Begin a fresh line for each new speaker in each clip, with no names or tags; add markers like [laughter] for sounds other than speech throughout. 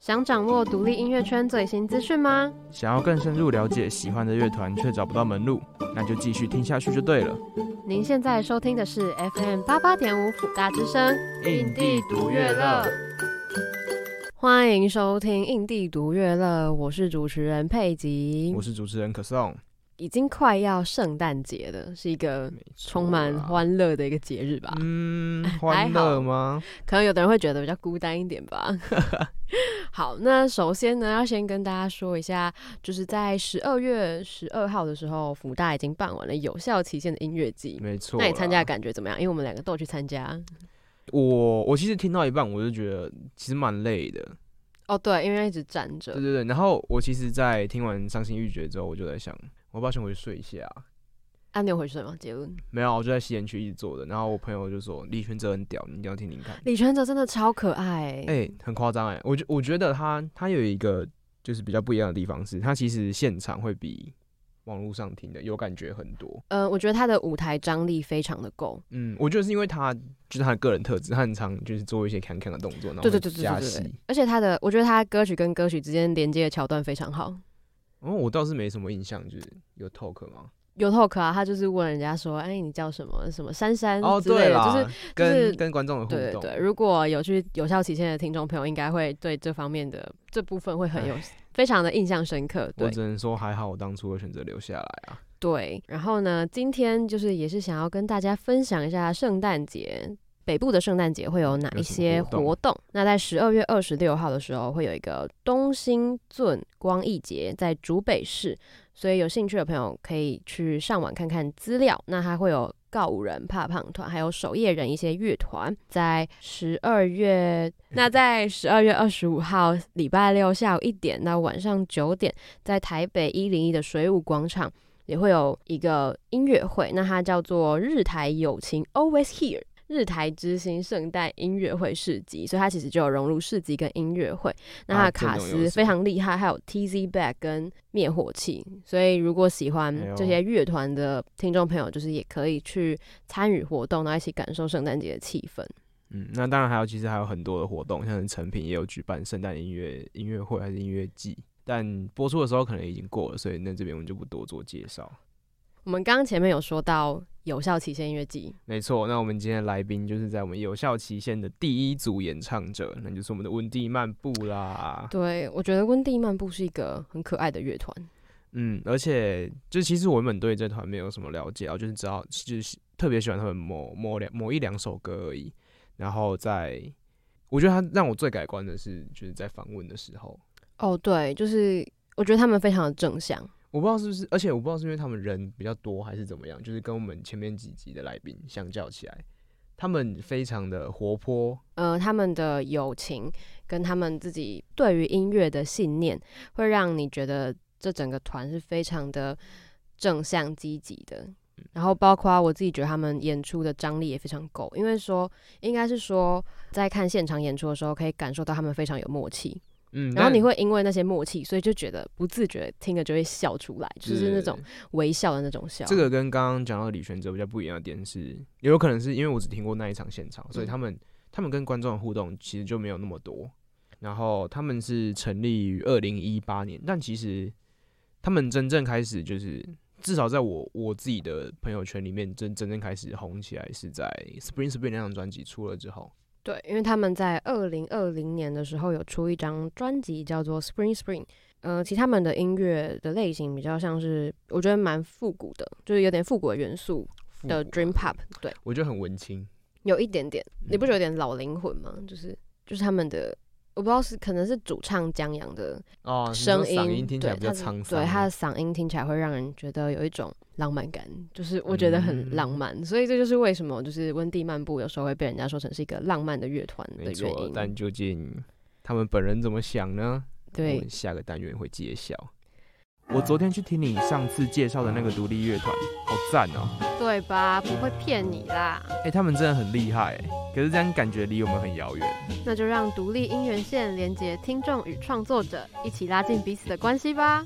想掌握独立音乐圈最新资讯吗？
想要更深入了解喜欢的乐团却找不到门路，那就继续听下去就对了。
您现在收听的是 FM 八八点五辅大之声，
印地独乐乐。
欢迎收听印地独乐乐，我是主持人佩吉
我。是主持人可颂，
已经快要圣诞节了，是一个
没错
充满
啦
欢乐的一个节日吧？[laughs]
嗯，
还
欢
好
乐吗？
可能有的人会觉得比较孤单一点吧。 [laughs] 好，那首先呢，要先跟大家说一下，就是在十二月十二号的时候，福大已经办完了有效期限的音乐季。
没错啦。啊嗯
那你参加的感觉怎么样？因为我们两个都有去参加。
我我其实听到一半，我就觉得其实蛮累的。
哦，对，因为一直站着
对。对对，然后我其实，在听完《伤心欲绝》之后，我就在想，我要不要先回去睡一下啊、
啊，你有回去睡吗？杰伦，
没有，我就在吸烟区一直坐着。然后我朋友就说：“李轩哲很屌，你一定要听听看。
李全哲真的超可爱、
哎、很夸张哎，我觉我觉得他他有一个就是比较不一样的地方是，他其实现场会比网络上听的有感觉很多。
呃，我觉得他的舞台张力非常的够。
嗯，我觉得是因为他就是他的个人特质，他很常就是做一些侃侃的动作，然后
对对
会
对对
加
对对
戏。
对。而且他的，我觉得他歌曲跟歌曲之间连接的桥段非常好。
然后我倒是没什么印象，就是有 talk 吗？
有 talk 啊，他就是问人家说，哎，你叫什么什么珊珊
哦，
之类
对
的，
啦，
就是就是
跟跟观众的互
对对
动，
对，如果有去有效期限的听众朋友，应该会对这方面的这部分会很有非常的印象深刻。
哎我
对
只能说还好，我当初会选择留下来啊。
对，然后呢，今天就是也是想要跟大家分享一下圣诞节。北部的圣诞节会有哪一
有什么
些
活动
活动？那在十二月二十六号的时候，会有一个东兴圳光艺节在竹北市，所以有兴趣的朋友可以去上网看看资料。那它会有告五人、怕胖团，还有守夜人一些乐团，在十二
[laughs]
月，那在十二月二十五号礼拜六下午一点到晚上九点，在台北一零一的水舞广场。也会有一个音乐会，那它叫做日台友情 Always Here。日台之星圣诞音乐会市集，所以它其实就有融入市集跟音乐会。那它的
啊这种
卡
有
司
什
非
么
常厉害，还有 TZ Bag 跟灭火器。所以如果喜欢
哎呦
这些乐团的听众朋友，就是也可以去参与活动，然后一起感受圣诞节的气氛。
嗯，那当然还有，其实还有很多的活动，像是成品也有举办圣诞音乐音乐会还是音乐季，但播出的时候可能已经过了，所以那这边我们就不多做介绍。
我们刚刚前面有说到有效期限音乐季，
没错，那我们今天的来宾就是在我们有效期限的第一组演唱者，那就是我们的温蒂漫步啦。
对我觉得温蒂漫步是一个很可爱的乐团。
嗯，而且就其实我原本对这团没有什么了解啊，就是只要就是特别喜欢他们某某两某一两首歌而已。然后在我觉得他让我最改观的是，就是在访问的时候，
哦，对，就是我觉得他们非常的正向。
我不知道是不是，而且我不知道是因为他们人比较多还是怎么样，就是跟我们前面几集的来宾相较起来，他们非常的活泼，
呃，他们的友情跟他们自己对于音乐的信念，会让你觉得这整个团是非常的正向积极的。
嗯
然后包括我自己觉得他们演出的张力也非常够，因为说应该是说在看现场演出的时候，可以感受到他们非常有默契，
嗯，
然后
但
你会因为那些默契，所以就觉得不自觉听了就会笑出来，就是那种微笑的那种笑。
这个跟刚刚讲到的李玄哲比较不一样的点是，也有可能是因为我只听过那一场现场，所以
嗯
他们、他们跟观众的互动其实就没有那么多。然后他们是成立于二零一八年，但其实他们真正开始就是至少在我我自己的朋友圈里面真真正开始红起来是在 Spring Spring 那张专辑出了之后。
对，因为他们在二零二零年的时候有出一张专辑，叫做《Spring Spring》。呃，其实他们的音乐的类型比较像是，我觉得蛮复古的，就是有点复古的元素
复
的
古啊
Dream Pop，对，
我觉得很文青，
有一点点，你不
嗯
觉得有点老灵魂吗？就是就是他们的，我不知道是可能是主唱江阳的
哦，你说
声
嗓
音，
音听起来
对
比较
他是
沧桑，
对他的嗓音听起来会让人觉得有一种浪漫感，就是我觉得很
嗯
浪漫，所以这就是为什么就是温蒂漫步有时候会被人家说成是一个浪漫的乐团的
没
原
错
因。。
但究竟他们本人怎么想呢？我
对
们，下个单元会揭晓。我昨天去听你上次介绍的那个独立乐团，好赞哦！
对吧？不会骗你啦。
哎、他们真的很厉害哎，可是这样感觉离我们很遥远。
那就让独立音源线连接听众与创作者，一起拉近彼此的关系
[laughs]
吧。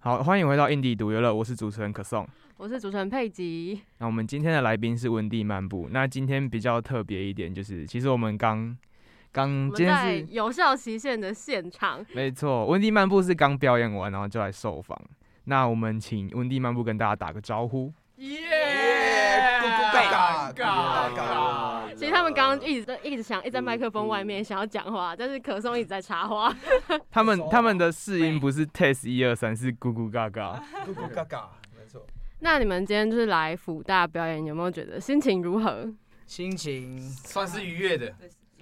好，欢迎回到印地独游乐，我是主持人可颂。
我是主持人佩吉。
那我们今天的来宾是温蒂漫步。那今天比较特别一点，就是其实我们刚
刚
我
今
们在
天是
有效期限的现场，
没错，温蒂漫步是刚表演完，然后就来受访。那我们请温蒂漫步跟大家打个招呼。
耶咕咕嘎嘎嘎嘎
其实他们刚刚一直在一直想一直在麦克风外面想要讲话，但是可颂一直在插话。 [laughs]
他们他们的试音不是 test 一二三，是咕咕嘎嘎。
[laughs]
咕咕嘎嘎，没错。
那你们今天就是来辅大表演，有没有觉得心情如何？
心情，
算是愉悦的，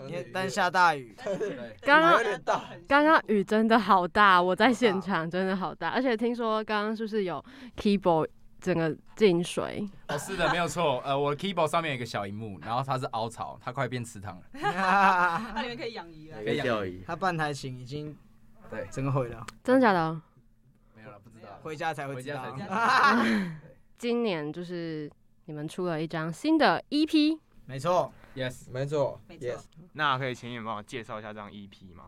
因为但下大雨，
刚刚
有点大，
刚刚雨真的好大，我在现场真的好大，而且听说刚刚是不是有 keyboard 整个进水？
哦，是
[laughs]
的，没有错。呃，我的 keyboard 上面有一个小荧幕，然后它是凹槽，它快变池塘了。
他
它里面可以养鱼啊。
可以钓鱼？
半台琴已经
对
整个毁了，
真的假的？
没有了，不知道。
回家才会
回
知
家才
道
知。
今年就是你们出了一张新的 E EP，
没错，
Yes，
没错
没错
，yes，
那可以请你们帮我介绍一下这张 EP 吗？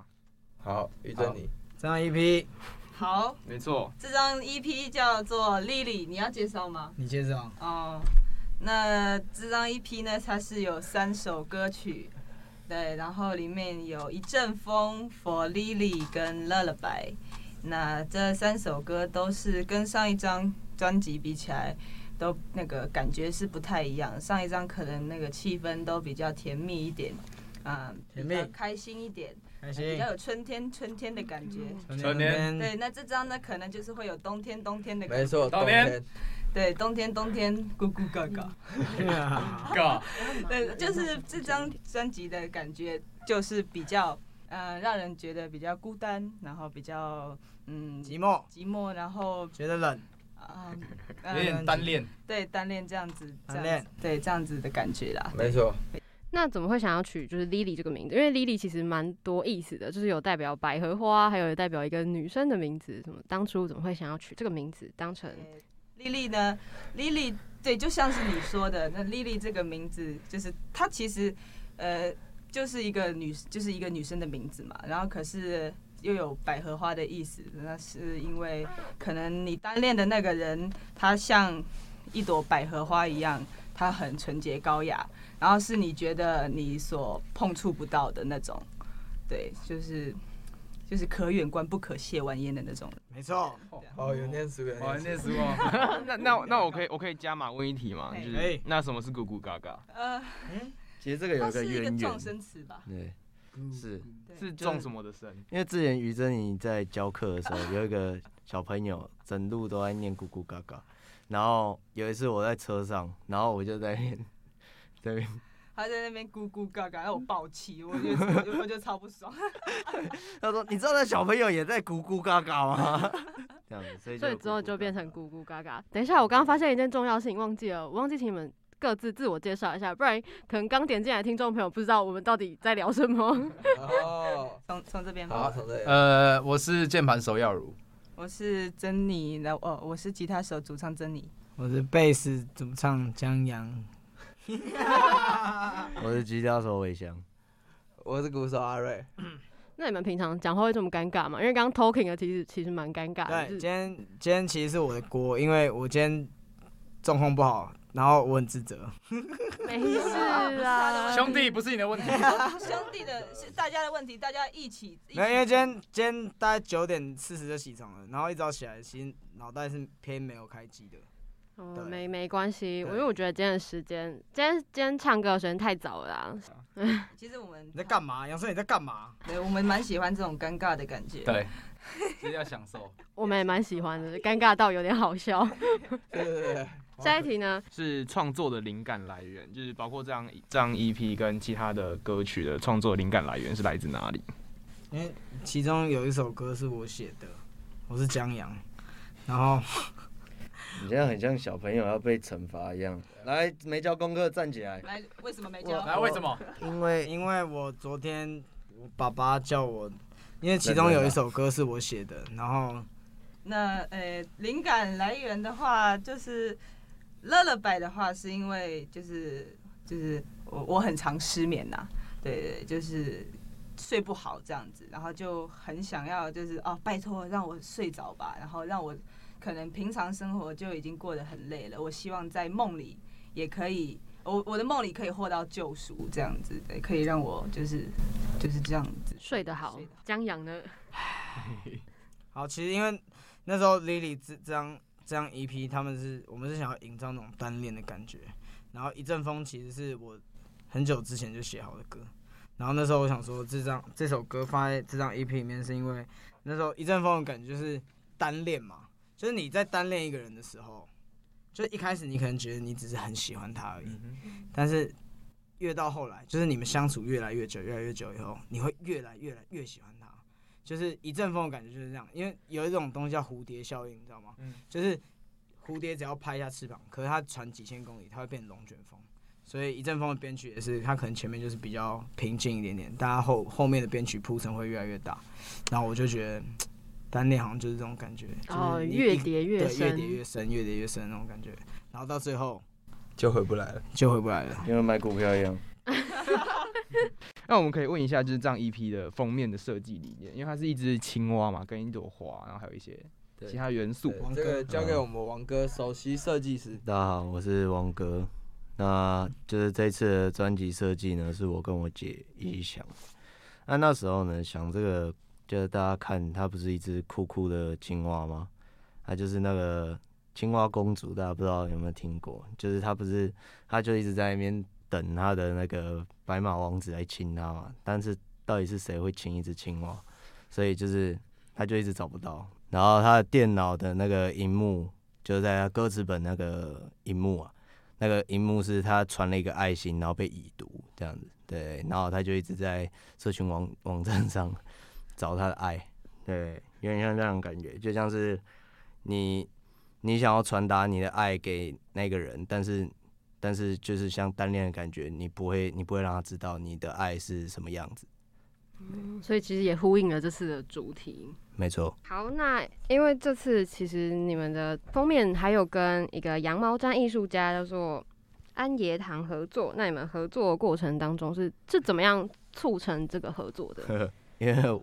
好，遇见你，
这样一批
好，
没错，
这张 EP 叫做《Lily》，你要介绍吗？
你接着。
哦，那这张 EP 呢，它是有三首歌曲，对，然后里面有一阵风、For Lily 跟 Lullaby，那这三首歌都是跟上一张专辑比起来。都那个感觉是不太一样，上一张可能那个气氛都比较甜蜜一点，啊、
甜
比较
蜜
开心一点，
开
比
心，
较有春天春天的感觉。
成年
对，那这张呢，可能就是会有冬天冬天的感
没
觉。
错，
冬
冬
天
天，
对，冬天冬天咕咕嘎
[laughs]
嘎。
[laughs]
啊
[laughs]
go。
对，就是这张专辑的感觉，就是比较呃，让人觉得比较孤单，然后比较嗯
寂寞，
寂寞，然后
觉得冷， [laughs]
啊、
有点单恋，
对单恋这样子，这
单
样
恋
子，对这样子的感觉啦。
没错，
那怎么会想要取就是 Lily 这个名字？因为 Lily 其实蛮多意思的，就是有代表百合花，还有代表一个女生的名字。什么当初怎么会想要取这个名字当成？
莉莉呢？莉莉对，就像是你说的，那莉莉这个名字，就是她其实呃就是一个女，就是一个女生的名字嘛。然后可是又有百合花的意思，那是因为可能你单恋的那个人，他像一朵百合花一样，他很纯洁高雅，然后是你觉得你所碰触不到的那种，对，就是就是可远观不可亵玩焉的那种。
没错，
哦，有念书，有
哇，
念书，哦
那时候
那那那我可以我可以加码问一题吗？
可
就
以
是那什么是咕咕嘎嘎？
呃，
其实这个有
它
一个
是一个
渊源
撞，声词吧？
对，是
对
是种什么的声？
因为之前于珍妮在教课的时候，有一个小朋友整路都在念咕咕嘎嘎，然后有一次我在车上，然后我就在那边在那边，
他在那边咕咕嘎嘎，让我爆气，我就我我就超不爽。
他说：“你知道那小朋友也在咕咕嘎嘎吗？” [laughs] 这样子，所以
所以之后
咕咕嘎
就变
嘎
成咕咕嘎嘎。等一下，我刚刚发现一件重要事情，忘记了，我忘记请你们各自自我介绍一下，不然可能刚点进来的听众朋友不知道我们到底在聊什 [laughs] 么。
哦，
从从这边
好，
吧，
从这里，
呃，我是键盘手耀如，
我是珍妮，然后哦，我是吉他手主唱珍妮。
我是贝斯主唱江阳，
我是吉他手韦翔，
我是鼓手阿瑞，
那你们平常讲话会这么尴尬吗？因为刚刚 talking 的其实其实蛮尴尬的，就
对，今
是
天今天其实是我的锅，因为我今天状况不好，然后我很自责。
没事啦，
兄弟不是你的问题。
兄弟的是大家的问题，大家一起。一起
没有，因为今天今天大概九点四十就起床了，然后一早起来，其实脑袋是偏没有开机的。
哦，
对
没没关系，因
对
为我觉得今天的时间，今天今天唱歌的时间太早了啦。
啊其实我们
你在干嘛？杨生你在干嘛？
对，我们蛮喜欢这种尴尬的感觉。
对，其实要享受。
我们也蛮喜欢的，尴尬到有点好笑。
对对对对，
[laughs] 下一题呢？
是创作的灵感来源，就是包括这样这样 EP 跟其他的歌曲的创作灵感来源是来自哪里？
因为其中有一首歌是我写的，我是江阳，然后
你现在很像小朋友要被惩罚一样。来，没交功课站起来。
来，为什么没
我
教？
来，为什么？
因为因为我昨天我爸爸叫我，因为其中有一首歌是我写的，然后
那呃，灵感来源的话，就是乐乐白的话，是因为就是就是我我很常失眠呐、对对，就是睡不好这样子，然后就很想要就是哦，拜托让我睡着吧，然后让我可能平常生活就已经过得很累了，我希望在梦里也可以我我的梦里可以获到救赎，这样子对，可以让我就是就是这样子
睡得好
睡得好。
江阳呢？
好，其实因为那时候 Lily 这这张这张 EP，他们是我们是想要营造那种单恋的感觉。然后一阵风其实是我很久之前就写好的歌，然后那时候我想说这张这首歌放在这张 EP 里面，是因为那时候一阵风的感觉就是单恋嘛，就是你在单恋一个人的时候，就是一开始你可能觉得你只是很喜欢他而已，但是越到后来，就是你们相处越来越久，越来越久以后，你会越来越来越喜欢他。就是一阵风的感觉就是这样，因为有一种东西叫蝴蝶效应，你知道吗？
嗯
就是蝴蝶只要拍一下翅膀，可是它传几千公里，它会变龙卷风。所以一阵风的编曲也是，它可能前面就是比较平静一点点，但它后后面的编曲铺陈会越来越大。然后我就觉得，嘖单恋好像就是这种感觉，
哦，
就是你
越
一
叠越
对越 [laughs]
深， [laughs]
叠越深，越叠越深那种感觉。然后到最后
就回不来了。
就回不来了。
因为买股票一样。
[laughs] 那我们可以问一下，就是这样 EP 的封面的设计理念，因为它是一只青蛙嘛，跟一朵花，然后还有一些
对
其他元素
对。这个交给我们王哥，首席设计师。
大家好，我是王哥。那就是这次的专辑设计呢，是我跟我姐一起想。那那时候呢，想这个就是大家看，它不是一只酷酷的青蛙吗？它就是那个青蛙公主，大家不知道有没有听过？就是它不是，它就一直在那边等它的那个白马王子来亲它嘛。但是到底是谁会亲一只青蛙？所以就是他就一直找不到。然后他的电脑的那个荧幕就是在他歌词本那个荧幕啊，那个荧幕是他传了一个爱心，然后被已读这样子，对，然后他就一直在社群网 [laughs] 网站上找他的爱，对，有点像这种感觉，就像是你你想要传达你的爱给那个人，但是但是就是像单恋的感觉，你不会你不会让他知道你的爱是什么样子，
嗯所以其实也呼应了这次的主题。
没错，
好，那因为这次其实你们的封面还有跟一个羊毛毡艺术家叫做安爷堂合作，那你们合作的过程当中是是怎么样促成这个合作的？
[laughs] 因为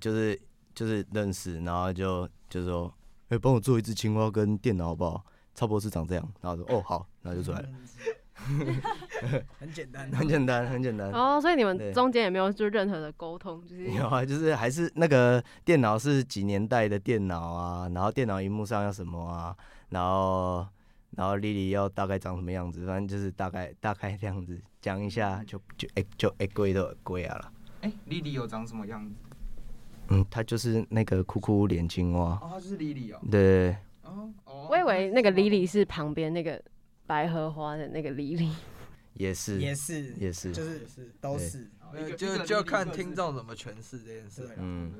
就是就是认识，然后就就说，哎、帮我做一只青蛙跟电脑好不好？差不多是长这样，然后说哦好，然后就出来了， [laughs]
很简单，
很简单，很简单。
哦，所以你们
对
中间也没有就任何的沟通，就是
有啊，就是还是那个电脑是几年代的电脑啊，然后电脑荧幕上要什么啊，然后然后丽丽要大概长什么样子，反正就是大概大概这样子讲一下就就哎就哎贵都贵啊了。
哎，莉莉有长什么样子？
嗯，它就是那个酷酷脸青蛙，
哦，她就是莉莉哦。
对对，
哦哦
我以为那个 Lily 是旁边那个白荷花的那个 Lily，
也是
也是
也是，
就是都是
没有就就看听众怎么诠释这件事。
嗯。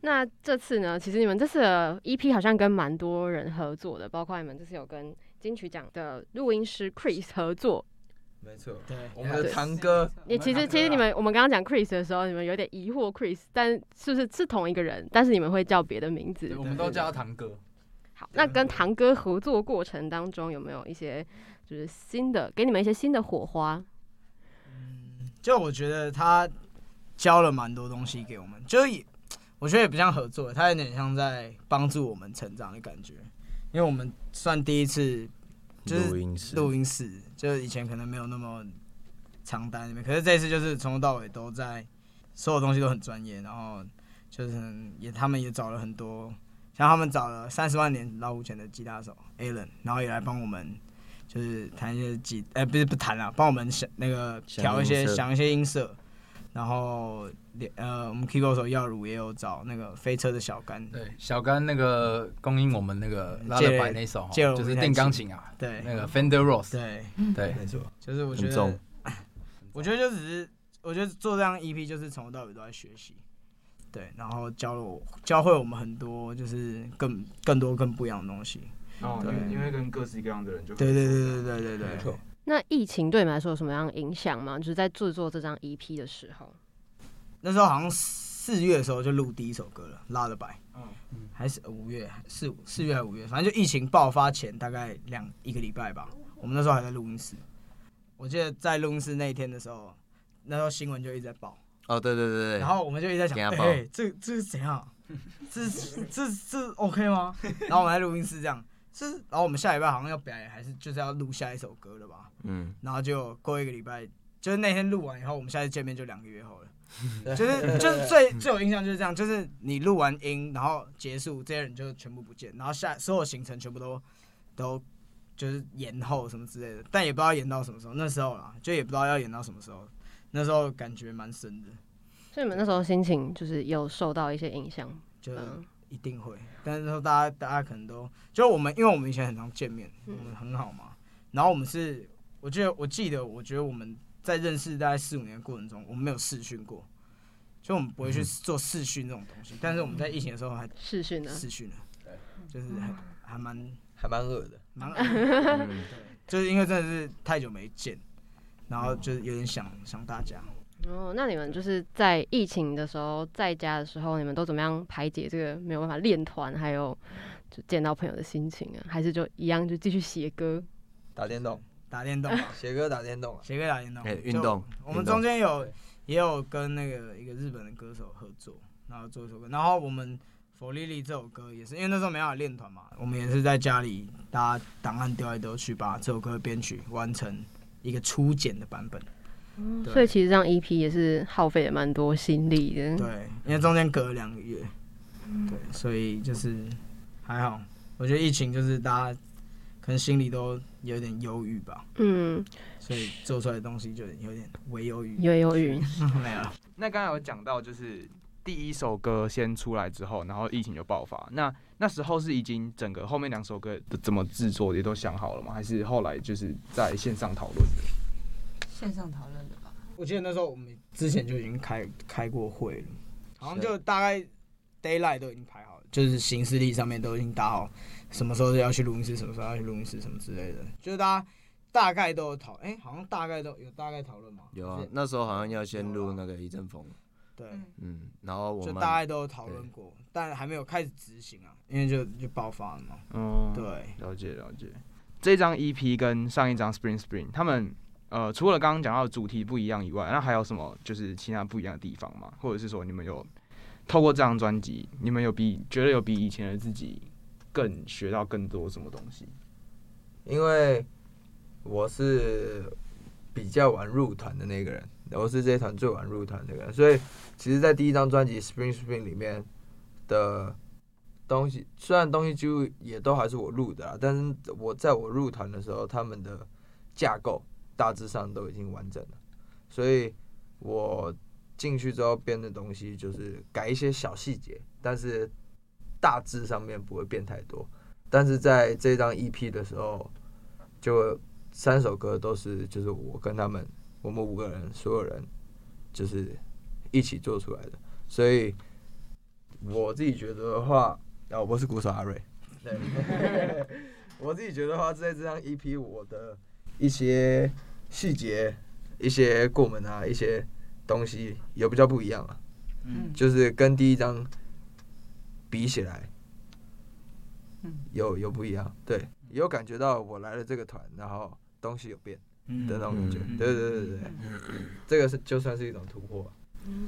那这次呢，其实你们这次的 EP 好像跟蛮多人合作的，包括你们这次有跟金曲奖的录音师 Chris 合作。
没错，
对。
嗯我们的堂哥，
也其
啊
实其实你们我们刚刚讲 Chris 的时候，你们有点疑惑 Chris，但是不是是同一个人，但是你们会叫别的名字
对，。我们都叫他堂哥。
好，那跟堂哥合作过程当中有没有一些就是新的，给你们一些新的火花？
就我觉得他教了蛮多东西给我们，就也我觉得也不像合作，他有点像在帮助我们成长的感觉，因为我们算第一次就是
录音室，
录音室，就以前可能没有那么常待那边，可是这一次就是从头到尾都在，所有东西都很专业，然后就是很也他们也找了很多，像他们找了三十万年老五犬的吉他手 Alan，然后也来帮我们。就是弹一些吉，哎、不是不弹啦，帮我们想那个
想
调一些
音色
想一些音色，然后呃，我们 keyboard 手耀如也有找那个飞车的小甘，嗯
对，小甘那个供应我们那个拉
呃借
的白那首哦，
借了我
就
们
是电钢琴啊，
对
那个 Fender Rose。
对，
对，
没错，
就是我觉
很
得
重，
[laughs] 我觉得就只是，我觉得做这样 EP 就是从头到尾都在学习，对，然后教了我，教会我们很多，就是更更多更不一样的东西。
哦，
对
因为因为跟各式各样的人就
对对对对对对
没
对，
错。
那疫情对你们来说有什么样的影响吗？就是在制作这张 EP 的时候，
那时候好像四月的时候就录第一首歌了，《拉的白》，
嗯
还是呃五月，四五四月还是五月，反正就疫情爆发前大概两一个礼拜吧，我们那时候还在录音室，我记得在录音室那一天的时候，那时候新闻就一直在报。
哦，对对对对，
然后我们就一直在想，
给他
哎、
报 [laughs]
欸这这是怎样？这这这 OK 吗？然后我们在录音室这样，是，然后我们下礼拜好像要表演，还是就是要录下一首歌了吧？
嗯，
然后就过一个礼拜，就是那天录完以后，我们下次见面就两个月后了。就是就是最最有印象就是这样，就是你录完音，然后结束，这些人就全部不见，然后下所有行程全部都都就是延后什么之类的，但也不知道延到什么时候。那时候啦，就也不知道要延到什么时候。那时候感觉蛮深的，
所以你们那时候心情就是有受到一些影响，
就
嗯，
一定会。但是说大家大家可能都，就我们因为我们以前很常见面，我
嗯
们很好嘛。然后我们是，我记得我记得，我觉得我们在认识大概四五年的过程中，我们没有试训过，就我们不会
嗯
去做试训这种东西。但是我们在疫情的时候还
试训呢，嗯
试训了，就是还还蛮
还蛮恶的。
蛮恶心的，
[laughs]
就是因为真的是太久没见，然
嗯
后就是有点想想大家。
哦，那你们就是在疫情的时候，在家的时候，你们都怎么样排解这个没有办法练团，还有就见到朋友的心情啊？还是就一样就继续写歌？
打电动，
打电动啊，
[laughs] 写歌打电动啊，
谁会打电动？
哎，运
就
动，
我们
运
中
动
间有也有跟那个一个日本的歌手合作，然后做一首歌，然后我们《佛莉莉》这首歌也是，因为那时候没办法练团
啊
嘛，我们也是在家里大家档案丢来丢去，把这首歌编曲完成一个初剪的版本。对
所以其实这样 EP 也是耗费了蛮多心力的。
对，因为中间隔了两个月，对，所以就是还好，我觉得疫情就是大家可能心里都有点忧郁吧，
嗯，
所以做出来的东西就有点微忧郁，
有有云，
[laughs] 没有了。
那刚才有讲到，就是第一首歌先出来之后，然后疫情就爆发。那那时候是已经整个后面两首歌的怎么制作也都想好了吗？还是后来就是在线上讨论的？
线上讨论的吧。
我记得那时候我们之前就已经开开过会了，好像就大概 d a y l i g h t 都已经排好了，就是行事历上面都已经打好，什么时候要去录音室，什么时候要去录音室，什么之类的，就是大家大概都有讨，哎、好像大概都有大概讨论嘛，
有啊
是，
那时候好像要先
有
录
啊
那个一阵风，
对，
嗯，
嗯，然后我
就
们
大概都有讨论
对
过，但还没有开始执行啊，因为就就爆发了嘛，
嗯，
对，
了解了解。这张 EP 跟上一张 Spring Spring，他们呃除了刚刚讲到的主题不一样以外，那还有什么就是其他不一样的地方吗？或者是说你们有透过这张专辑，你们有比觉得有比以前的自己更学到更多什么东西？
因为我是比较晚入团的那个人，我是这一团最晚入团的那个人，所以其实，在第一张专辑《Spring Spring》里面的东西，虽然东西几乎也都还是我录的啦，啊但是我在我入团的时候，他们的架构大致上都已经完整了，所以我进去之后编的东西就是改一些小细节，但是大致上面不会变太多。但是在这张 EP 的时候，就三首歌都是就是我跟他们，我们五个人所有人就是一起做出来的，所以我自己觉得的话， [laughs] 啊，我是鼓手阿瑞，对，我自己觉得的话，在这张 EP 我的一些细节、一些过门啊、一些东西有比较不一样啊，
嗯
就是跟第一张比起来，
嗯
有有不一样，对，有感觉到我来了这个团，然后东西有变
嗯
的那种感觉，
嗯
对对对对对，这个是就算是一种突破吧。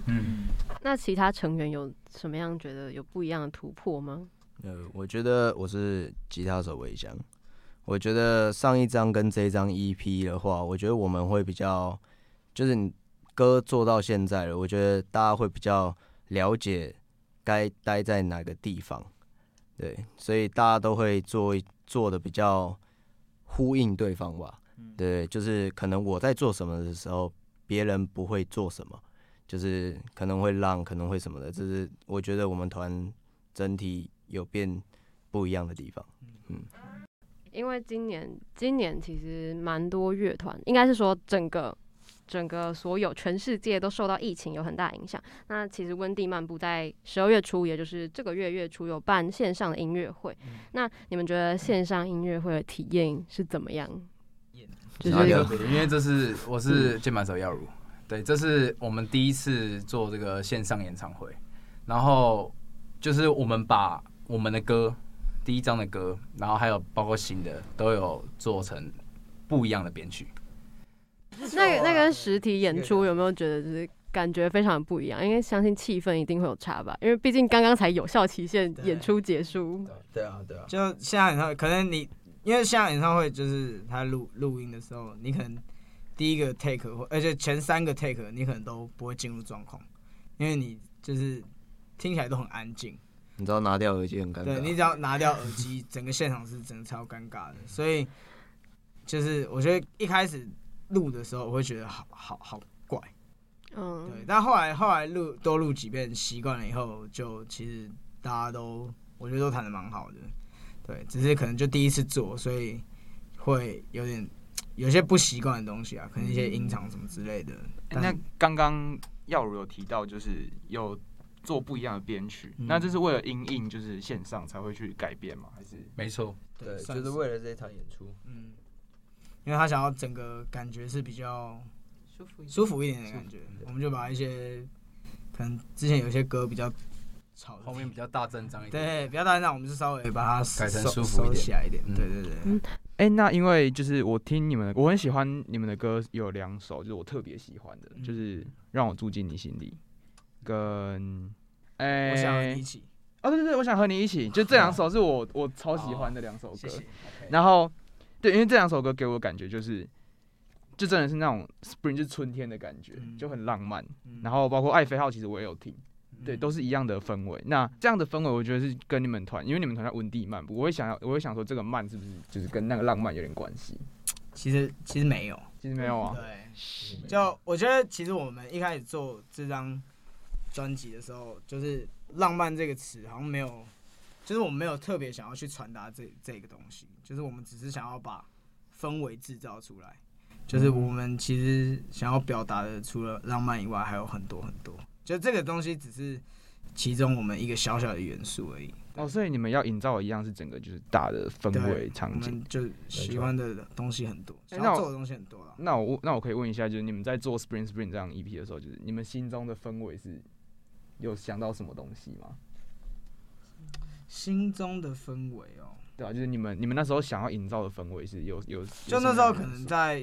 嗯，
那其他成员有什么样觉得有不一样的突破吗？
呃，我觉得我是吉他手为香。我觉得上一张跟这一张 EP 的话，我觉得我们会比较，就是你歌做到现在了，我觉得大家会比较了解该待在哪个地方，对，所以大家都会做一做的比较呼应对方吧，对，就是可能我在做什么的时候，别人不会做什么，就是可能会让，可能会什么的，这是我觉得我们团整体有变不一样的地方。
因为今年今年其实蛮多乐团，应该是说整个整个所有全世界都受到疫情有很大影响。那其实温蒂漫步在十二月初，也就是这个月月初有办线上的音乐会。那你们觉得线上音乐会的体验是怎么样？就
哪
是
里
有
啊
因为这是我是键盘手耀如，对，这是我们第一次做这个线上演唱会，然后就是我们把我们的歌第一张的歌，然后还有包括新的都有做成不一样的编曲。
那个那跟实体演出有没有觉得就是感觉非常不一样，因为相信气氛一定会有差吧，因为毕竟刚刚才有效期限
对
演出结束，
对啊，对啊，
就现在演唱会，可能你因为现在演唱会就是他录录音的时候，你可能第一个 take 或而且前三个 take 你可能都不会进入状况，因为你就是听起来都很安静。
你知道拿掉耳机很尴
对你
尬，
只要拿掉耳机，整个现场是整个超尴尬的。所以就是我觉得一开始录的时候，我会觉得好好好怪，
嗯，
对。但后来后来录多录几遍习惯了以后，就其实大家都我觉得都弹的蛮好的，对。只是可能就第一次做，所以会有点有些不习惯的东西啊，可能一些音场什么之类的。
欸那刚刚耀如有提到，就是有做不一样的编曲，
嗯
那这是为了因应就是线上才会去改变吗？还是
没错，
对，
算
就是为了这一场演出，
嗯，因为他想要整个感觉是比较。
舒服一点。
舒服一点的感觉。我们就把一些可能之前有些歌比较吵的地方，
后面比较大阵仗一点。
对比较大声，我们就稍微把它
改成
收
舒服一点
收起来一点。
嗯
对对对，
哎、那因为就是我听你们的，我很喜欢你们的歌，有两首就是我特别喜欢的，
嗯
就是让我住进你心里，跟哎、
我想和你一起，
哦对对对，我想和你一
[laughs]
起，就这两首是我我超喜欢的两首歌。
哦谢谢。
然后对，因为这两首歌给我感觉就是，就真的是那种 spring 就是春天的感觉，
嗯
就很浪漫。
嗯
然后包括艾菲号，其实我也有听，对，
嗯
都是一样的氛围。那这样的氛围，我觉得是跟你们团，因为你们团叫温蒂漫步，我会想要，我会想说这个慢是不是就是跟那个浪漫有点关系？
其实其实没有，
其实没有
嗯
啊，
对，就我觉得其实我们一开始做这张专辑的时候，就是“浪漫”这个词好像没有，就是我们没有特别想要去传达这这个东西，就是我们只是想要把氛围制造出来。就是
嗯
我们其实想要表达的，除了浪漫以外，还有很多很多。就这个东西只是其中我们一个小小的元素而已。
哦，所以你们要营造一样是整个就是大的氛围
对我
场景。
们就喜欢的东西很多，
哎
想
那
要
我
做的东西很多了。
那我那我可以问一下，就是你们在做 Spring Spring 这样 EP 的时候，就是你们心中的氛围是有想到什么东西吗？
心中的氛围哦、
对啊，就是你们你们那时候想要营造的氛围是有有，有
就
什么
那时候
样的
可
元
能
素
在，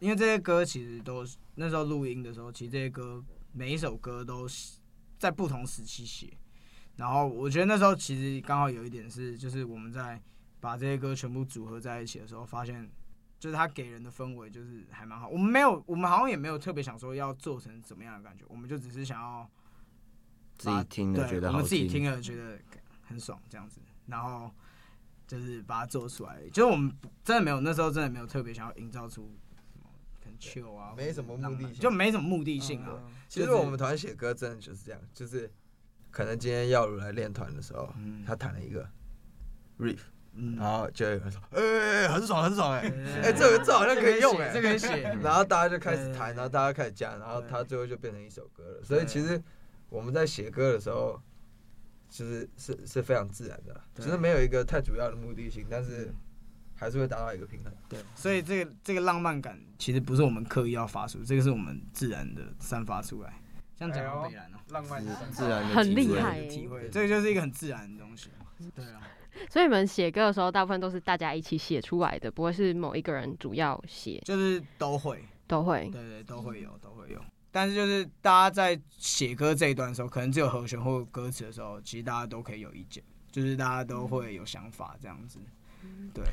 因为这些歌其实都是那时候录音的时候，其实这些歌每一首歌都是在不同时期写。然后我觉得那时候其实刚好有一点是，就是我们在把这些歌全部组合在一起的时候，发现就是它给人的氛围就是还蛮好。我们没有，我们好像也没有特别想说要做成怎么样的感觉，我们就只是想要
自己听了
对，
觉得
我
好
们自己听
听，
了觉得很爽这样子，然后就是把它做出来。就是我们不真的没有那时候真的没有特别想要营造出什么很 chill 啊，
没什么目的
浪漫
性嗯
就没什么目的性啊。
其实
就是
我们团写歌真的就是这样，就是可能今天耀如来练团的时候，
嗯
他弹了一个 riff，
嗯，
然后就有人说，哎、欸很爽很爽哎、
对
欸，
对
哎、
对
这个这好像可以用哎、
这个也写，这个也写
[laughs] 然后大家就开始
对
弹，
对
然后大家开始加，然后
对
它最后就变成一首歌了。所以
对
其实我们在写歌的时候，就是是是非常自然的啦，啊
对嗯
只是没有一个太主要的目的性，但是还是会达到一个平衡。
对，所以这个这个浪漫
嗯
感其实不是我们刻意要发出，这个是我们自然的散发出来。这样讲好北然哦，
哎浪漫的
自然的
很厉
自然
害
的体
耶。
会，这个就是一个很自然的东西。对啊，
所以你们写歌的时候，大部分都是大家一起写出来的，不会是某一个人主要写，
就是都会。
都会。
对对，都会有，都会有。但是就是大家在写歌这一段的时候，可能只有和弦或歌词的时候，其实大家都可以有意见，就是大家都会有想法这样子。对，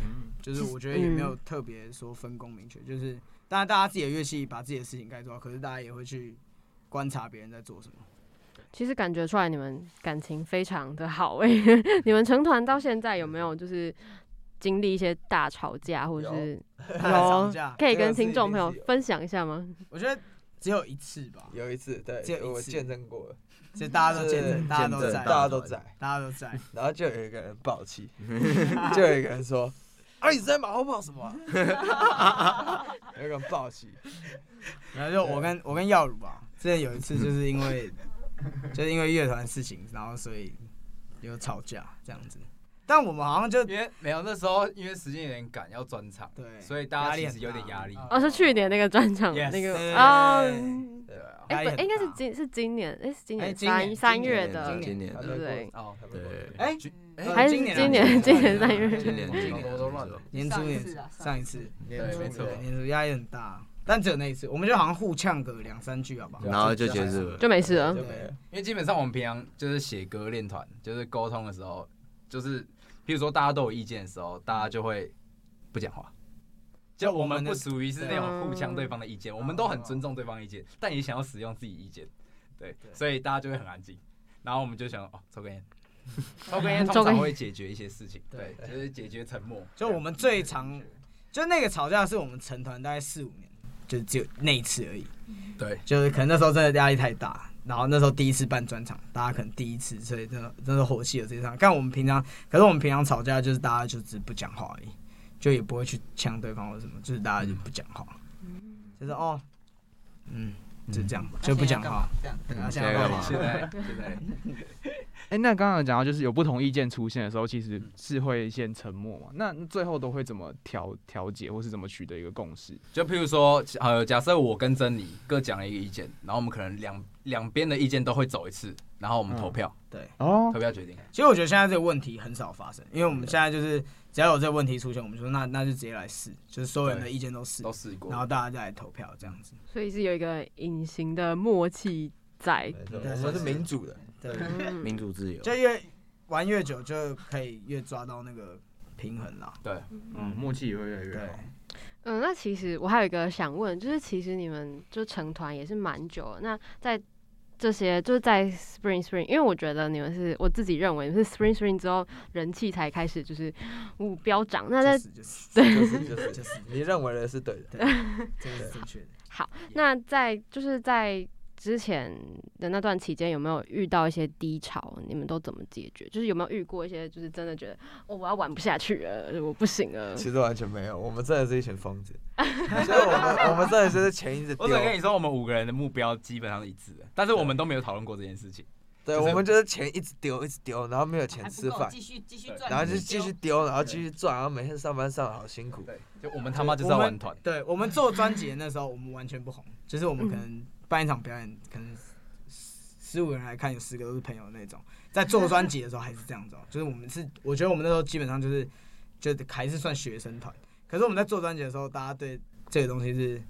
就是我觉得也没有特别说分工明确，就是当然大家自己的乐器把自己的事情该做好，可是大家也会去观察别人在做什么。
其实感觉出来你们感情非常的好诶、 [laughs] 你们成团到现在有没有就是经历一些大吵架，或者是
吵架，
可以
这个
跟
是
听众朋友
一定是有
分享一下吗？
我觉得只有一次吧，
有一次，对
只有一，次
我见证过了，
其实大家都见证，大家都
对
在，
大家都在，
大家都在。
然后就有一个人爆
[laughs]
气，就有一个人说。啊！你在马后炮什么、啊？ [laughs] 有一个人爆气，
然后就我跟我跟耀如吧，之前有一次就是因为就是因为乐团的事情，然后所以有吵架这样子。但我们好像就
因为没有那时候，因为时间有点赶，要转场，
对，
所以大
压
家
力
其
很
实有点
大
压力。
哦，是去年那个专场
Yes
那个
对
啊，
对
嗯
对啊，
哎、
压力
不，
很
应该是
大
今是今年，哎、是今
哎
年
今
三
年
三月
今
的，
年
今年的
今年
对不对？
哦，
对，
哎
哎
还是
今年啊
今年今年
今年啊
三月？
今年今年
都都乱了
没错
上一
年初年
次啊
上一次
对，没错。
对年初压力很大，但只有那一次，我们就好像互呛个两三句，好不好？
然后就结束了。
就没事了。
对，
因为基本上我们平常就是写歌练团，就是沟通的时候，就是譬如说大家都有意见的时候，大家就会不讲话。就我们不属于是那种互呛对方的意
嗯
见，我们都很尊重对方意见，但也想要使用自己意见，对，所以大家就会很安静。然后我们就想哦，抽根
[laughs]
烟，抽根烟通常会解决一些事情，对，就是解决沉默。
就我们最常，就那个吵架是我们成团大概四五年，就只有那一次而已。
对，
就是可能那时候真的压力太大，然后那时候第一次办专场，大家可能第一次，所以真的真的火气有这上。但我们平常，可是我们平常吵架就是大家就只是不讲话而已，就也不会去呛对方或什么，就是大家就不讲话，就是哦，嗯，就这样吧，就不讲话。
这样。
嗯
对啊，现
现在干嘛
现在现在
[laughs] 哎、那刚刚有讲到就是有不同意见出现的时候，其实
嗯
是会先沉默嘛。那最后都会怎么调调解，或是怎么取得一个共识？
就譬如说，呃，假设我跟珍妮各讲了一个意见，然后我们可能两两边的意见都会走一次，然后我们投票，
哦
投，票决定。
其实我觉得现在这个问题很少发生，因为我们现在就是只要有这个问题出现，我们就说那那就直接来试，就是所有人的意见都试
都，试过
然。后大家再来投票这样子。
所以是有一个隐形的默契在。
没错，我们是民主的，
对，
嗯
民主自由，
就越玩越久就可以越抓到那个平衡啦。
嗯，默契也会越来越
对
好。，
嗯，那其实我还有一个想问，就是其实你们就成团也是蛮久了，那在这些就是在 Spring Spring，因为我觉得你们是我自己认为你们是 Spring Spring 之后人气才开始就是五飙涨，那在
就是就是
就是就是
就是
你认为的是对的，
这个是正确的。
好，那在就是在之前的那段期间，有没有遇到一些低潮？你们都怎么解决？就是有没有遇过一些，就是真的觉得哦，我要玩不下去了，我不行了。
其实完全没有，我们真的是一群疯子，所以我们我们真的就是钱一直
我
丢
只，能跟你说，我们五个人的目标基本上是一致的，但是我们都没有讨论过这件事情。
对，
就是
我们就是钱一直丢一直丢，然后没有钱
还
吃
不够，
饭，
继续继续
对
赚，
然后就继续丢，然后继续赚，然后每天上班上的好辛苦，
对，就我们他妈就是要玩团。
对我们做专辑的那时候，我们完全不红，就是我们可能办一场表演，可能十五个人来看，有十个都是朋友那种。在做专辑的时候还是这样子哦，就是我们是，我觉得我们那时候基本上就是，就还是算学生团。可是我们在做专辑的时候，大家对这个东西是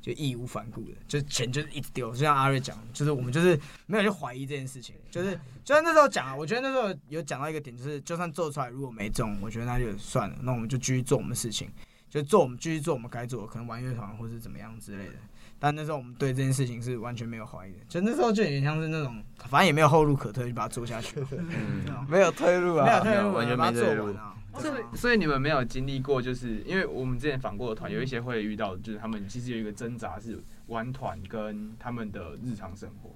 就义无反顾的，就是钱就是一直丢。就像阿瑞讲，就是我们就是没有去怀疑这件事情，就是就像那时候讲啊，我觉得那时候有讲到一个点，就是就算做出来如果没中，我觉得那就算了，那我们就继续做我们的事情，就做我们继续做我们该做的，可能玩乐团或是怎么样之类的。但那时候我们对这件事情是完全没有怀疑的，就那时候就有点像是那种，反正也没有后路可退，就把它做下
[laughs]
去了，
嗯
你知道吗
没有退路
没有
啊，
退路，
完全没
把它做
退路
完啊。
哦
所以，所以你们没有经历过，就是因为我们之前访过的团，有一些会遇到，就是他们其实有一个挣扎是玩团跟他们的日常生活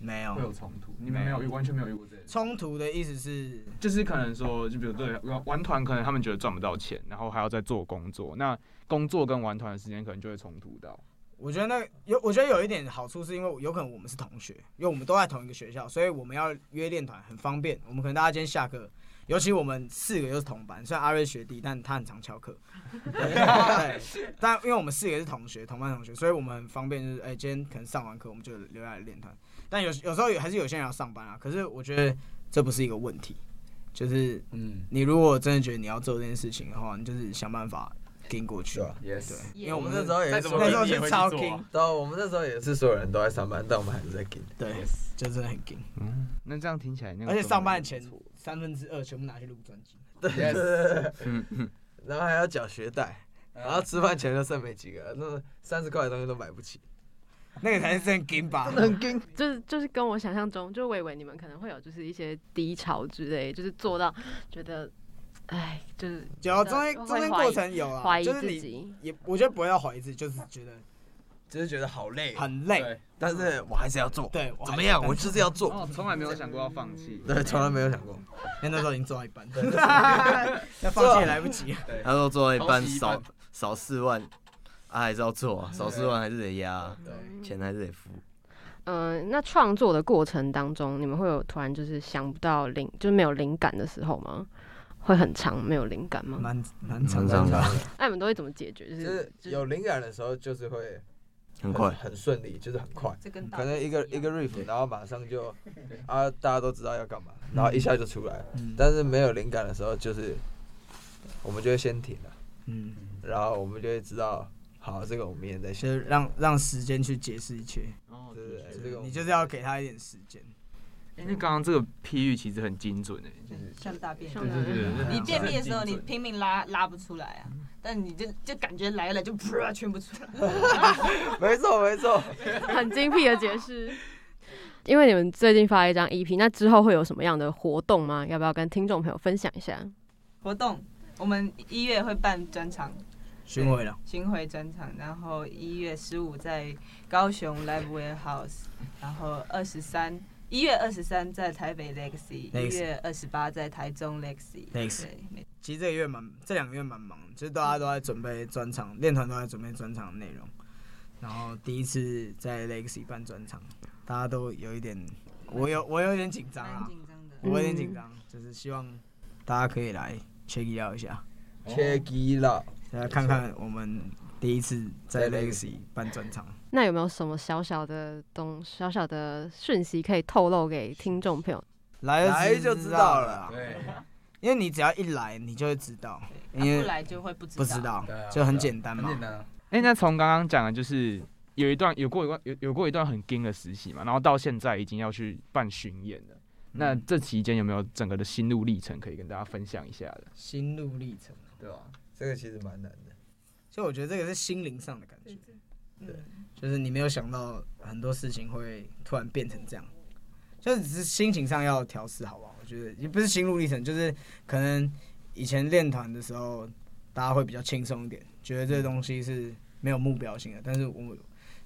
没有
会有冲突。你们没有遇，完全没有遇过这件事。
冲突的意思是，
就是可能说，就比如对玩玩团，可能他们觉得赚不到钱，然后还要再做工作，那工作跟玩团的时间可能就会冲突到。
我觉得那有，我觉得有一点好处是因为有可能我们是同学，因为我们都在同一个学校，所以我们要约练团很方便。我们可能大家今天下课，尤其我们四个又是同班，虽然阿瑞学弟，但他很常翘课。对，但因为我们四个是同学，同班同学，所以我们很方便，就是哎、今天可能上完课我们就留下来练团。但有有时候有还是有些人要上班啊，可是我觉得这不是一个问题，就是
嗯
你如果真的觉得你要做这件事情的话，你就是想办法跟过去
对。啊
，yes。
因
因为我
我
们
们那
是
时候也
再
是
怎
所
么
有人，
那时候
拼也
是
会去
超
做啊
king，
对啊，我们那时候也是所有人
[laughs]
都在上班，但我们还是在给。
对，就真的很 king。
嗯那这样听起来，那个
而且上班的
氛围
钱
不错
三分之二全部拿去录专辑，嗯
对
[laughs]
Yes
然后还要缴学贷，然后吃饭钱就剩没几个，那三十块的东西都买不起。
那个才是真金吧？
[laughs] 就是就是跟我想象中，就我以为你们可能会有就是一些低潮之类，就是做到觉得，哎，就是
有中间中间过程有
怀
啊，
疑
就是
自
你
己。
也我觉得不要怀疑自己，就是
[laughs]
觉得
只是觉得好累哦
很累，
对，
但是我还是要做。
对，我还
怎么样？我就是要做。
哦，从来没有想过要放弃。
[laughs] 对，从来没有想过。
因为那时候已经做到一半， [laughs] 要放弃也来不及。
他说做到一半
抄袭一
少
半
少四万，啊还是要做啊，少四万还是得压啊，钱还是得付。
嗯、那创作的过程当中，你们会有突然就是想不到灵，就是没有灵感的时候吗？会很长没有灵感吗？
蛮蛮
很长的，
[laughs] 那你们都会怎么解决？就
就是是有灵感的时候，就是会
很快，
很顺利，就是很快。
这跟
可能一个一个 riff，然后马上就啊，大家都知道要干嘛，然后一下就出来了。但是没有灵感的时候，就是我们就会先停了，
嗯，
然后我们就会知道，好，这个我们明天再想
就。是让让时间去解释一切，
哦
对对
的
对
确
这个我
你
们
就是要给他一点时间。
哎那刚刚这个譬喻其实很精准欸诶，就是
像大便一
像
样。
对对对
啊你便秘的时候，你拼命拉拉不出来啊，但你就就感觉来了就噗全不出来。 [laughs]
没错没错，
很精辟的解释。因为你们最近发了一张 EP，那之后会有什么样的活动吗？要不要跟听众朋友分享一下？
活动，我们一月会办专场
巡回了，
巡回专场，然后一月十五在高雄 Live Warehouse，然后二十三一月二十三在台北 Legacy，
Legacy
一月二十八在台中 Legacy。
Legacy
对，没
其实这个月蛮，这两个月蛮忙的，就是大家都在准备专场，练团都在准备专场的内容。然后第一次在 Legacy 办专场，大家都有一点，我有我有一点紧张
蛮
啊，
紧张的。
我有点紧张，就是希望 [laughs] 大家可以来 check it out 一下，
切鸡了。
大家看看我们第一次在
在
Legacy 办专场。
那有没有什么小小的东、小小的讯息可以透露给听众朋友？
来
来就知道了
啦
啊
对
因为你只要一来，你就会知道，因
对，啊不
为
来就会不知
不知
道。
道
对啊
就很简单
很
嘛
简。单啊。
哎、那从刚刚讲的，就是有一段有过一段有有过一段很硬的实习嘛，然后到现在已经要去办巡演了。
嗯
那这期间有没有整个的心路历程可以跟大家分享一下的？
心路历程，
对吧、
啊这个其实蛮难的。
所以我觉得这个是心灵上的感觉，
嗯，
就是你没有想到很多事情会突然变成这样，就是只是心情上要调试，好不好？我觉得也不是心路历程，就是可能以前练团的时候，大家会比较轻松一点，觉得这个东西是没有目标性的，但是我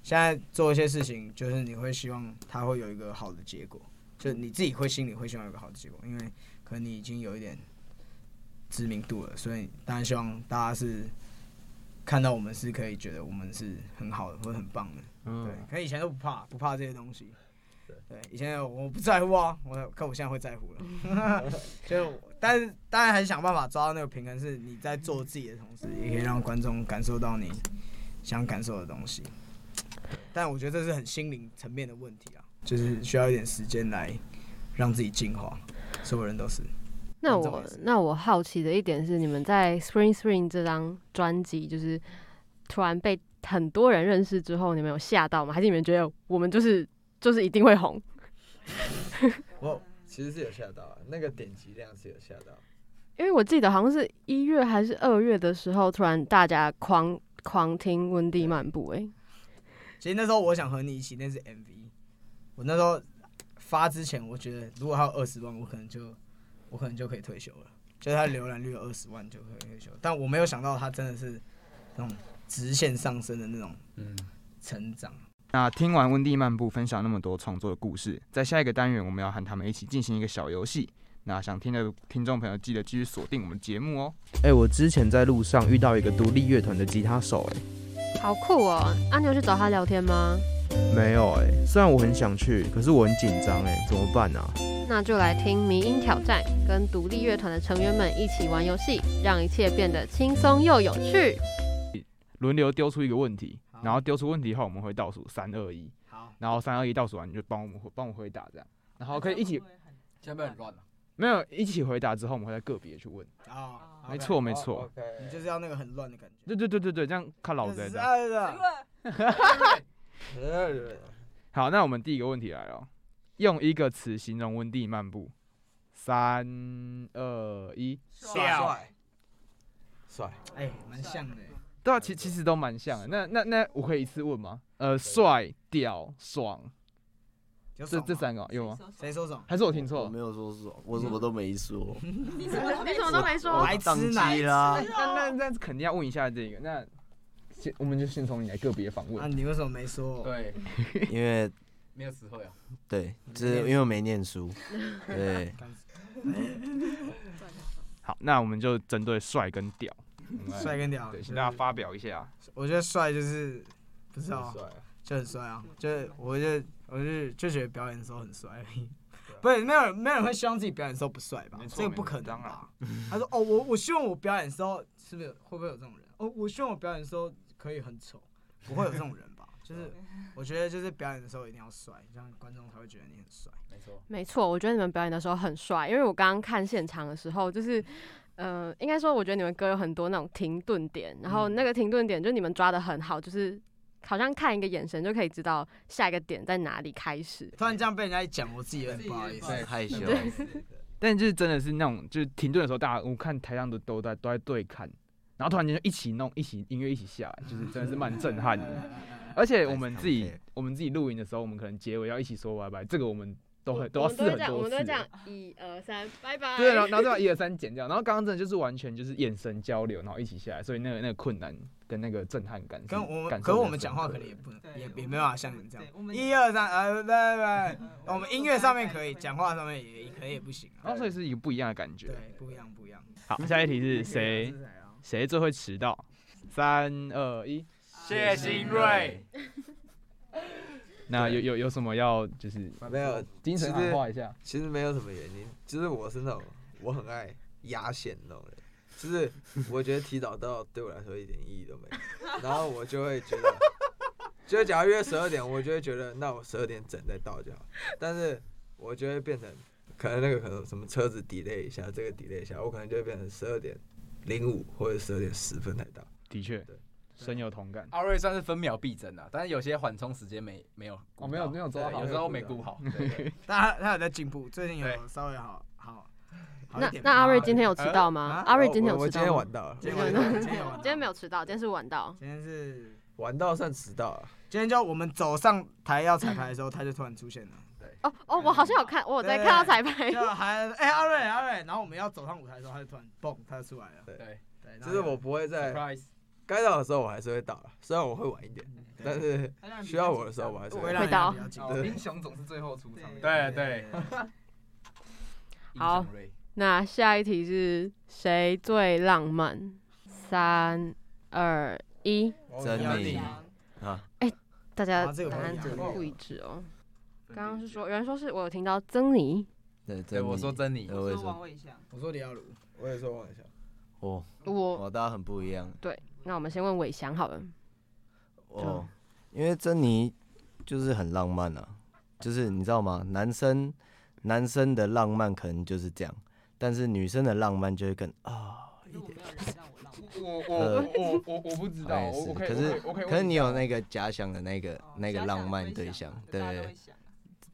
现在做一些事情，就是你会希望它会有一个好的结果，就你自己会心里会希望有一个好的结果，因为可能你已经有一点知名度了，所以当然希望大家是看到我们是可以觉得我们是很好的或者很棒的。
嗯
对，可能以前都不怕，不怕这些东西。对，以前我不在乎啊，我可我现在会在乎了，就是我，但是当然还是想办法抓到那个平衡，是你在做自己的同时，也可以让观众感受到你想感受的东西。但我觉得这是很心灵层面的问题啊，就是需要一点时间来让自己进化，所有人都是。
那
观众
我
也是
那我好奇的一点是，你们在《Spring Spring》这张专辑，就是突然被很多人认识之后，你们有吓到吗？还是你们觉得我们就是就是一定会红？
我其实是有吓到啊，那个点击量是有吓
哦
到。
因为我记得好像是一月还是二月的时候，突然大家狂狂听《温蒂漫步、欸》
其实那时候我想和你一起，那是 MV。我那时候发之前，我觉得如果还有二十万，我可能就我可能就可以退休了，就是它浏览率有二十万就可以退休。但我没有想到它真的是那种直线上升的那种
嗯，
成长。
那听完温蒂漫步分享那么多创作的故事，在下一个单元我们要和他们一起进行一个小游戏。那想听的听众朋友记得继续锁定我们的节目哦。
哎、我之前在路上遇到一个独立乐团的吉他手、哎。
哎，好酷哦！啊，你有去找他聊天吗？
没有哎、虽然我很想去，可是我很紧张哎，怎么办啊？
那就来听迷音挑战，跟独立乐团的成员们一起玩游戏，让一切变得轻松又有趣。
轮流丢出一个问题
好，
然后丢出问题后我们会倒数三二一，
好，
然后三二一倒数完你就帮我们回帮我回答这样，然后可以一起
现在不要很乱了。
没有一起回答之后我们会再个别去问。
哦，
没，错没
哦
错，
，OK 哦
你就是要那个很乱的感觉。
对对对对对，这样看老贼这样。
是哎的，
呃
好，那我们第一个问题来了哦，用一个词形容温蒂漫步。三二一，
笑，
帅，
哎，蛮像的。
对啊，其其实都蛮像的。那那那我可以一次问吗？呃，帅、屌、爽，
有
这
爽吗
这三个有吗？
谁说爽？
还是我听
我
错？
没有说是，我什么都没说，
你什么
你什么都没说，
白痴
宕
男
机啦。
那那那肯定要问一下这个。那先我们就先从你来个别访
啊， [laughs]
问。
你为什么没说？
对，
因为
没有词汇啊。
对，就是因为我没念书，对，
好，那我们就针对帅跟屌， [laughs] 我们来
帅跟屌，
对，
就是
请大家发表一下。
我觉得帅就是不知道，
帅，
就很帅啊，就是我就我就就觉得表演的时候很帅而已。不是，没有人没有人会希望自己表演的时候不帅吧
没？错
这个不可能吧？他说：“哦，我我希望我表演的时候是不是会不会有这种人？哦，我希望我表演的时候可以很丑，不会有这种人吧？就是我觉得就是表演的时候一定要帅，这样观众才会觉得你很帅。
没错，
没错，我觉得你们表演的时候很帅，因为我刚刚看现场的时候，就是呃，应该说，我觉得你们歌有很多那种停顿点，然后那个停顿点就你们抓的很好，就是好像看一个眼神就可以知道下一个点在哪里开始。
突然这样被人家一讲，我自己有点不好意思。
太害羞
对
了。
但就是真的是那种，就是停顿的时候，大家我看台上都都在都在对看，然后突然间就一起弄，一起音乐一起下来，
[laughs]
就是真的是蛮震撼的。而且我们自己
Nice compare
我们自己录音的时候，我们可能结尾要一起说拜拜，这个我们都
我
很都要
我们
试
都会
很
这样，我
多
们都会
次
这。样，啊一二三，拜拜。
对，啊然后然
[laughs]
后再把一二三剪掉，然后刚刚真的就是完全就是眼神交流，然后一起下来，所以那个那个困难跟那个震撼感是
跟我们，
嗯感受
可是
得
我们
很
讲话
深
可
刻
能也不能，
对
也
我
也
们
没办法像你们这
对我们
样。一二三，呃，拜拜。我们音乐上面可以，讲话上面也可能也不行啊。
然后所以是一个不一样的感觉。
对，不一样，不一样。
好，下一题是谁
是谁啊？
谁最会迟到？三二一，
谢
[laughs]
新瑞，
那有有有什么要就是
没有，
精神喊话一下？
呃其实没有什么原因，就是我是那种我很爱压线那种人，就是我觉得提早到对我来说一点意义都没有，然后我就会觉得，就假如约十二点，我就会觉得那我十二点整再到就好，但是我就会变成可能那个可能什么车子 delay 一下，这个 delay 一下，我可能就会变成十二点零五或者十二点十分才到。
的确
对，
深有同感。
[laughs] 阿瑞算是分秒必争啊，但是有些缓冲时间没没有顾到
哦没有没有抓好
对有时候没顾好。对对对
但他他有在进步，最近有
对
稍微好好好一
那
点吧。
那阿瑞今天有迟到吗
啊？
阿瑞
然后
今天
我
有
我
迟
今
到
天
吗？
晚到了，
今
[laughs]
天有晚到，今天有晚到，
[laughs] 今天没
有，
有迟到，今天是晚到。
今天是
晚到算迟到了。
今天就我们走上台要彩排的时候，他就突然出现了，
哦哦，我好像有看，我有在看到彩排
就。
[laughs]
还哎阿瑞阿瑞，然后我们要走上舞台的时候，他就突然蹦，他就出来了。
对
对，然
就
后
是我不会在
，surprise，
该到的时候我还是会到了，虽然我会晚一点，但是需要我的时候我还是
会
会
让
到。
人家比较紧张
对
英雄总是最后出场的。
对对。
好
英雄瑞
那下一题是谁最浪漫？三二一，哎
真
你
理
啊
啊，
大家
啊这个
答
我
案
也
怎
没有
么不一致哦？刚刚是说，有人说是我有听到曾妮，
对，
对
真
我
理
说珍妮
对，
我
我也
说王
说，
伟翔，
我说李耀儒，
我也说晚一下，
我
我
我大家很哦不一样。
那我们先问伟翔好了。啊
哦，因为珍妮就是很浪漫啊，就是你知道吗？男生男生的浪漫可能就是这样，但是女生的浪漫就会更啊、
可是我没有人让我让我
我
呃
我我我不知
好像是可是
我可哦
可是你有那个假想的那个、那个浪漫对象，对，
大家都会想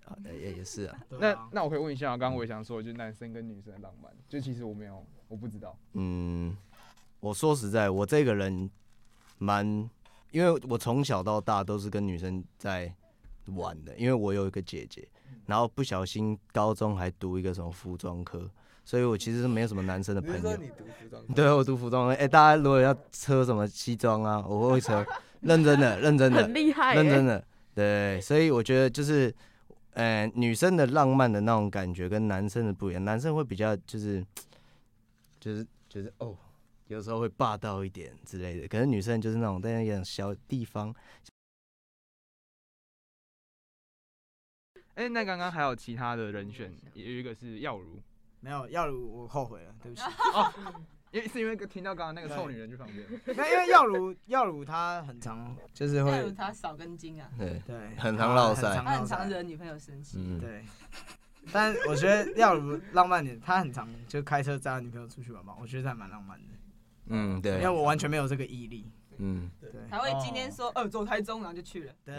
啊
啊也也是啊，
对
那
啊，
那我可以问一下，刚刚我也想说，就是男生跟女生的浪漫，就其实我没有，我不知道。
嗯，我说实在，我这个人蛮，因为我从小到大都是跟女生在玩的，因为我有一个姐姐，
嗯
然后不小心高中还读一个什么服装科，所以我其实是没有什么男生的
你
朋
是
友
说。你读服装？
[laughs] 对，我读服装科，哎、大家如果要车什么西装啊，我会车，认真的，认真的，
很厉害、欸，
认真的，对，所以我觉得就是，呃，女生的浪漫的那种感觉跟男生的不一样，男生会比较就是，就是就是哦，有时候会霸道一点之类的，可是女生就是那种在那种小地方，
哎，那刚刚还有其他的人选，有一个是耀如，
没有耀如，我后悔了，对不起。
因为是因为听到刚刚那个臭女人去旁边，
那因为耀如耀如他很常就是
但有
会
他少根筋啊，
对，
对
很常落赛
很
他
常
很
落赛
常惹女朋友生气。
嗯，
对，但我觉得要如浪漫点，他很常就开车载他女朋友出去玩嘛，我觉得这还蛮浪漫的，
嗯，
因
对
为，我完全没有这个毅力。
嗯，
对
还会今天说，呃，走台中，然后就去了。
对，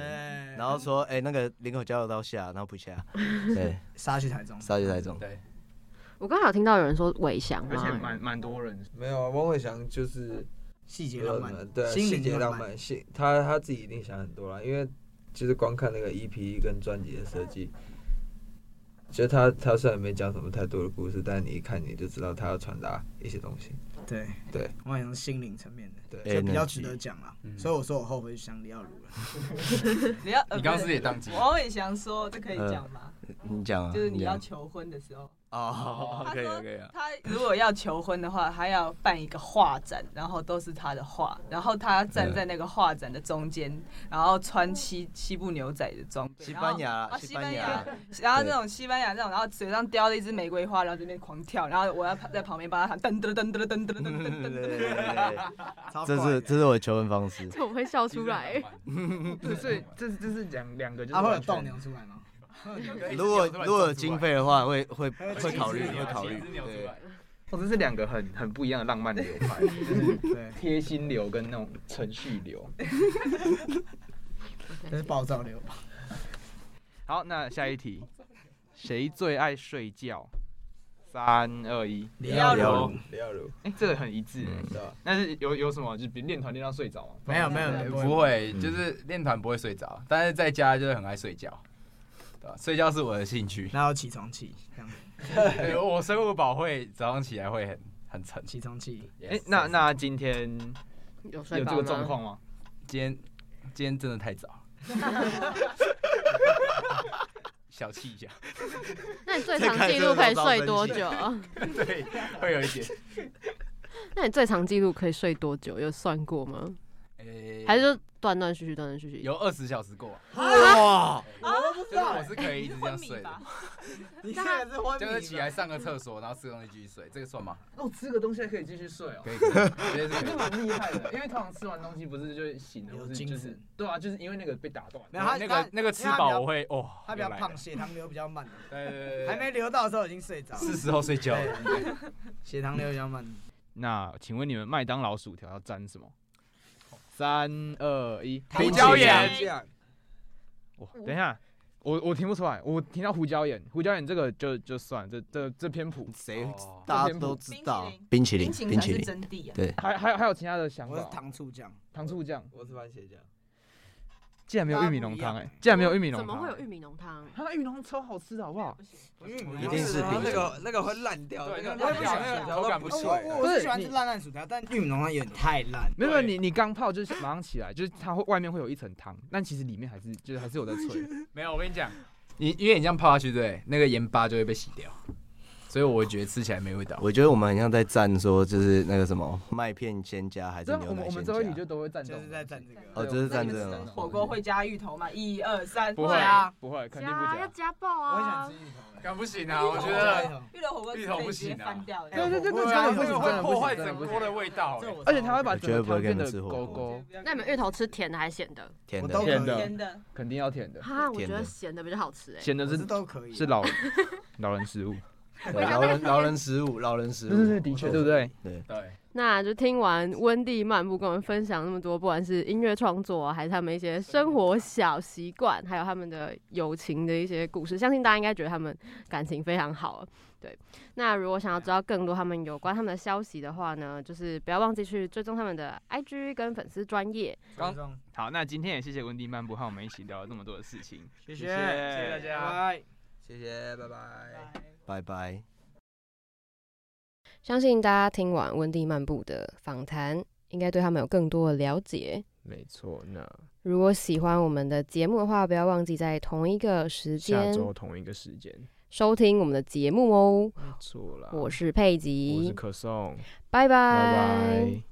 然后说，哎、那个林口交流道下，然后
[laughs]
不下，对，
杀去台中，
杀去台中，
对，
我刚才有听到有人说伟翔啊
而且
吗？
蛮蛮多人。
没有啊，汪伟翔就是
细节
没有
浪
什么
漫，
对，
心
细
灵
节浪
漫，
漫，心他他自己一定想很多啦，因为就是光看那个 EP 跟专辑的设计，就他他虽然没讲什么太多的故事，但你一看你就知道他要传达一些东西。
对
对，
我想心灵层面的，
对，
就比较值
Energy
得讲啦。
哦嗯
所以我说我后悔去想李耀如了，
你要，呃
你刚刚
不
是不是也宕机？
王伟翔说，这可以讲吗？
嗯你讲啊，
就是你要
讲
求婚的时候，
[laughs]
哦，
他
可以
说
可以啊，
他如果要求婚的话，他要办一个画展，然后都是他的画，然后他站在那个画展的中间，然后穿西西部牛仔的装备，
西
然后
班牙啊，
啊
西
西
班
班
牙
牙，然后那种西班牙那种，然后嘴上叼了一支玫瑰花，然后这边狂跳，然后我要在旁边帮他喊噔噔噔噔噔噔噔噔噔
对
噔
对
噔。
对对对
超
这
怪
是
的
这是我的求婚方式。
这我会笑出
[laughs]
来。
对，哦所以这是这是两两个，就
啊，
是
会有
完全
斗牛出来吗？
如果如果有经费的话，会会会考虑，会考虑。
对，
哦，这是两个很很不一样的浪漫的流派，就是
[laughs] 对，
贴心流跟那种程序流。
这是暴躁流吧？
好，那下一题，谁最爱睡觉？三二一，
李耀
儒，
李耀儒，
[laughs]
嗯
哎、这个很一致、
对啊吧？
但是有有什么就是比练团练到睡着吗？
没有没有，
对
没有
不，会，
嗯
就是练团不会睡着，但是在家就是很爱睡觉，对吧？睡觉是我的兴
[laughs]
趣。
那有起床气，这样
哎 [laughs] 我生物保会早上起来会很很沉。
起床气，
哎、那那今天
有
有
睡
这
饱
个
吗？
状况吗？
今天今天真的太
[laughs]
早，小气一下，
那你最长记录可以睡多久？啊
[laughs] 对，会有一点。
那你最长记录可以睡多久？有算过吗？
诶
还是就断断续续，断断续续？
有二十小时过？
哇，
就是我是可以一直这样
昏迷
睡的
吧，
你现在是昏迷
就是起
吧
来上个厕所，然后吃个东西继续睡，这个算吗？
那我哦吃个东西还可以继续睡哦
可以，
[laughs]
可以可以我觉得是
这
可以
个蛮厉害的，因为通常吃完东西不是就醒了，
有
或是
精
就
神
是对啊，就是因为那个被打断。
没有他
哎那
他
个那个吃饱我会哦，
他比较
又来了
胖，，血糖流比较慢，
对对
[laughs]
对对，
还没流到的时候已经睡着了，
是时候睡觉了。
对，血糖流比较慢，
那请问你们麦当劳薯条要沾什么？三二一，
胡椒
盐
酱，
哇，等一下，我我听不出来，我听到胡椒盐，胡椒盐这个就就算了，这这这偏谱。
谁
哦
大家都知道冰
冰
淇淋，
冰
冰淇
淇淋才是
淋，
真谛啊！
对，
还还有还有其他的想
我是
法？
糖醋酱，
糖醋酱，
我是番茄酱，
竟然没有玉米浓汤哎，竟然没有玉米浓汤，
怎么会有玉？米浓汤？
啊，玉米浓汤超好吃的，好不好？
一定是
然
冰
后那
淇
个那个会烂掉，
对
那
那个
个
会烂
那个
掉口感不欸
脆
爽
啊我我是喜欢吃烂烂薯条，但玉米浓汤有点太烂，
嗯没有没有，
对
你你刚泡就是马上起来，就是它会外面会有一层汤，但其实里面还是就是还是有在
[laughs]
脆。
[laughs] 没有，我跟你讲，你因为你这样泡下去，对，那个盐巴就会被洗掉，所以我觉得吃起来没味道。
我觉得我们很像在站说，就是那个什么麦片先加还
对
是
啊，
牛
我们
奶
我
先
们最
加
后一题就都会战斗，
就是在蘸这个。
哦，
对
这是
我
战
们
争
战
哦
斗。
火锅会加芋头吗？一二三，
不会
啊！，
不会，肯定不
加要
加。
加爆
我想
啊
吃！芋头，
敢不行啊！我觉
芋
芋
得
头
头火锅
芋头不
直接
行啊
翻掉的，
对对对对，
不会
真
啊
的不
这
行，真的
个会
不
破
行，
坏
真的不
整
行。
锅的
味道欸
这我
而且它会把
我
整
绝对
个
不会
汤变
跟你
得
们吃火
勾
锅
勾，
那你们芋头吃甜的还是咸的？
甜
我都
的，
甜
可以
的
甜的，
肯定要甜的，
哈，我觉
甜的
得咸的比较好吃哎。
咸的
我
是
是都可以，啊
是
[laughs]
老老人食物，
对老人老人食物，老人食
对对对，
物，
的确对不对？
对，
对，
那就听完温蒂漫步跟我们分享那么多，不管是音乐创作、啊，还是他们一些生活小习惯，还有他们的友情的一些故事，相信大家应该觉得他们感情非常好。对，那如果想要知道更多他们有关他们的消息的话呢，就是不要忘记去追踪他们的 IG 跟粉丝专业。
观众，
好，那今天也谢谢温蒂漫步和我们一起聊了这么多的事情，
谢
谢
谢谢
大家。
拜。
谢谢，拜拜。
拜拜。
相信大家听完温蒂漫步的访谈，应该对他们有更多的了解。
没错，那
如果喜欢我们的节目的话，不要忘记在同一个时
下
间
周同一个时间，
收听我们的节目哦。
没错啦。
我是佩
我是
吉，
可颂，
拜拜
拜拜。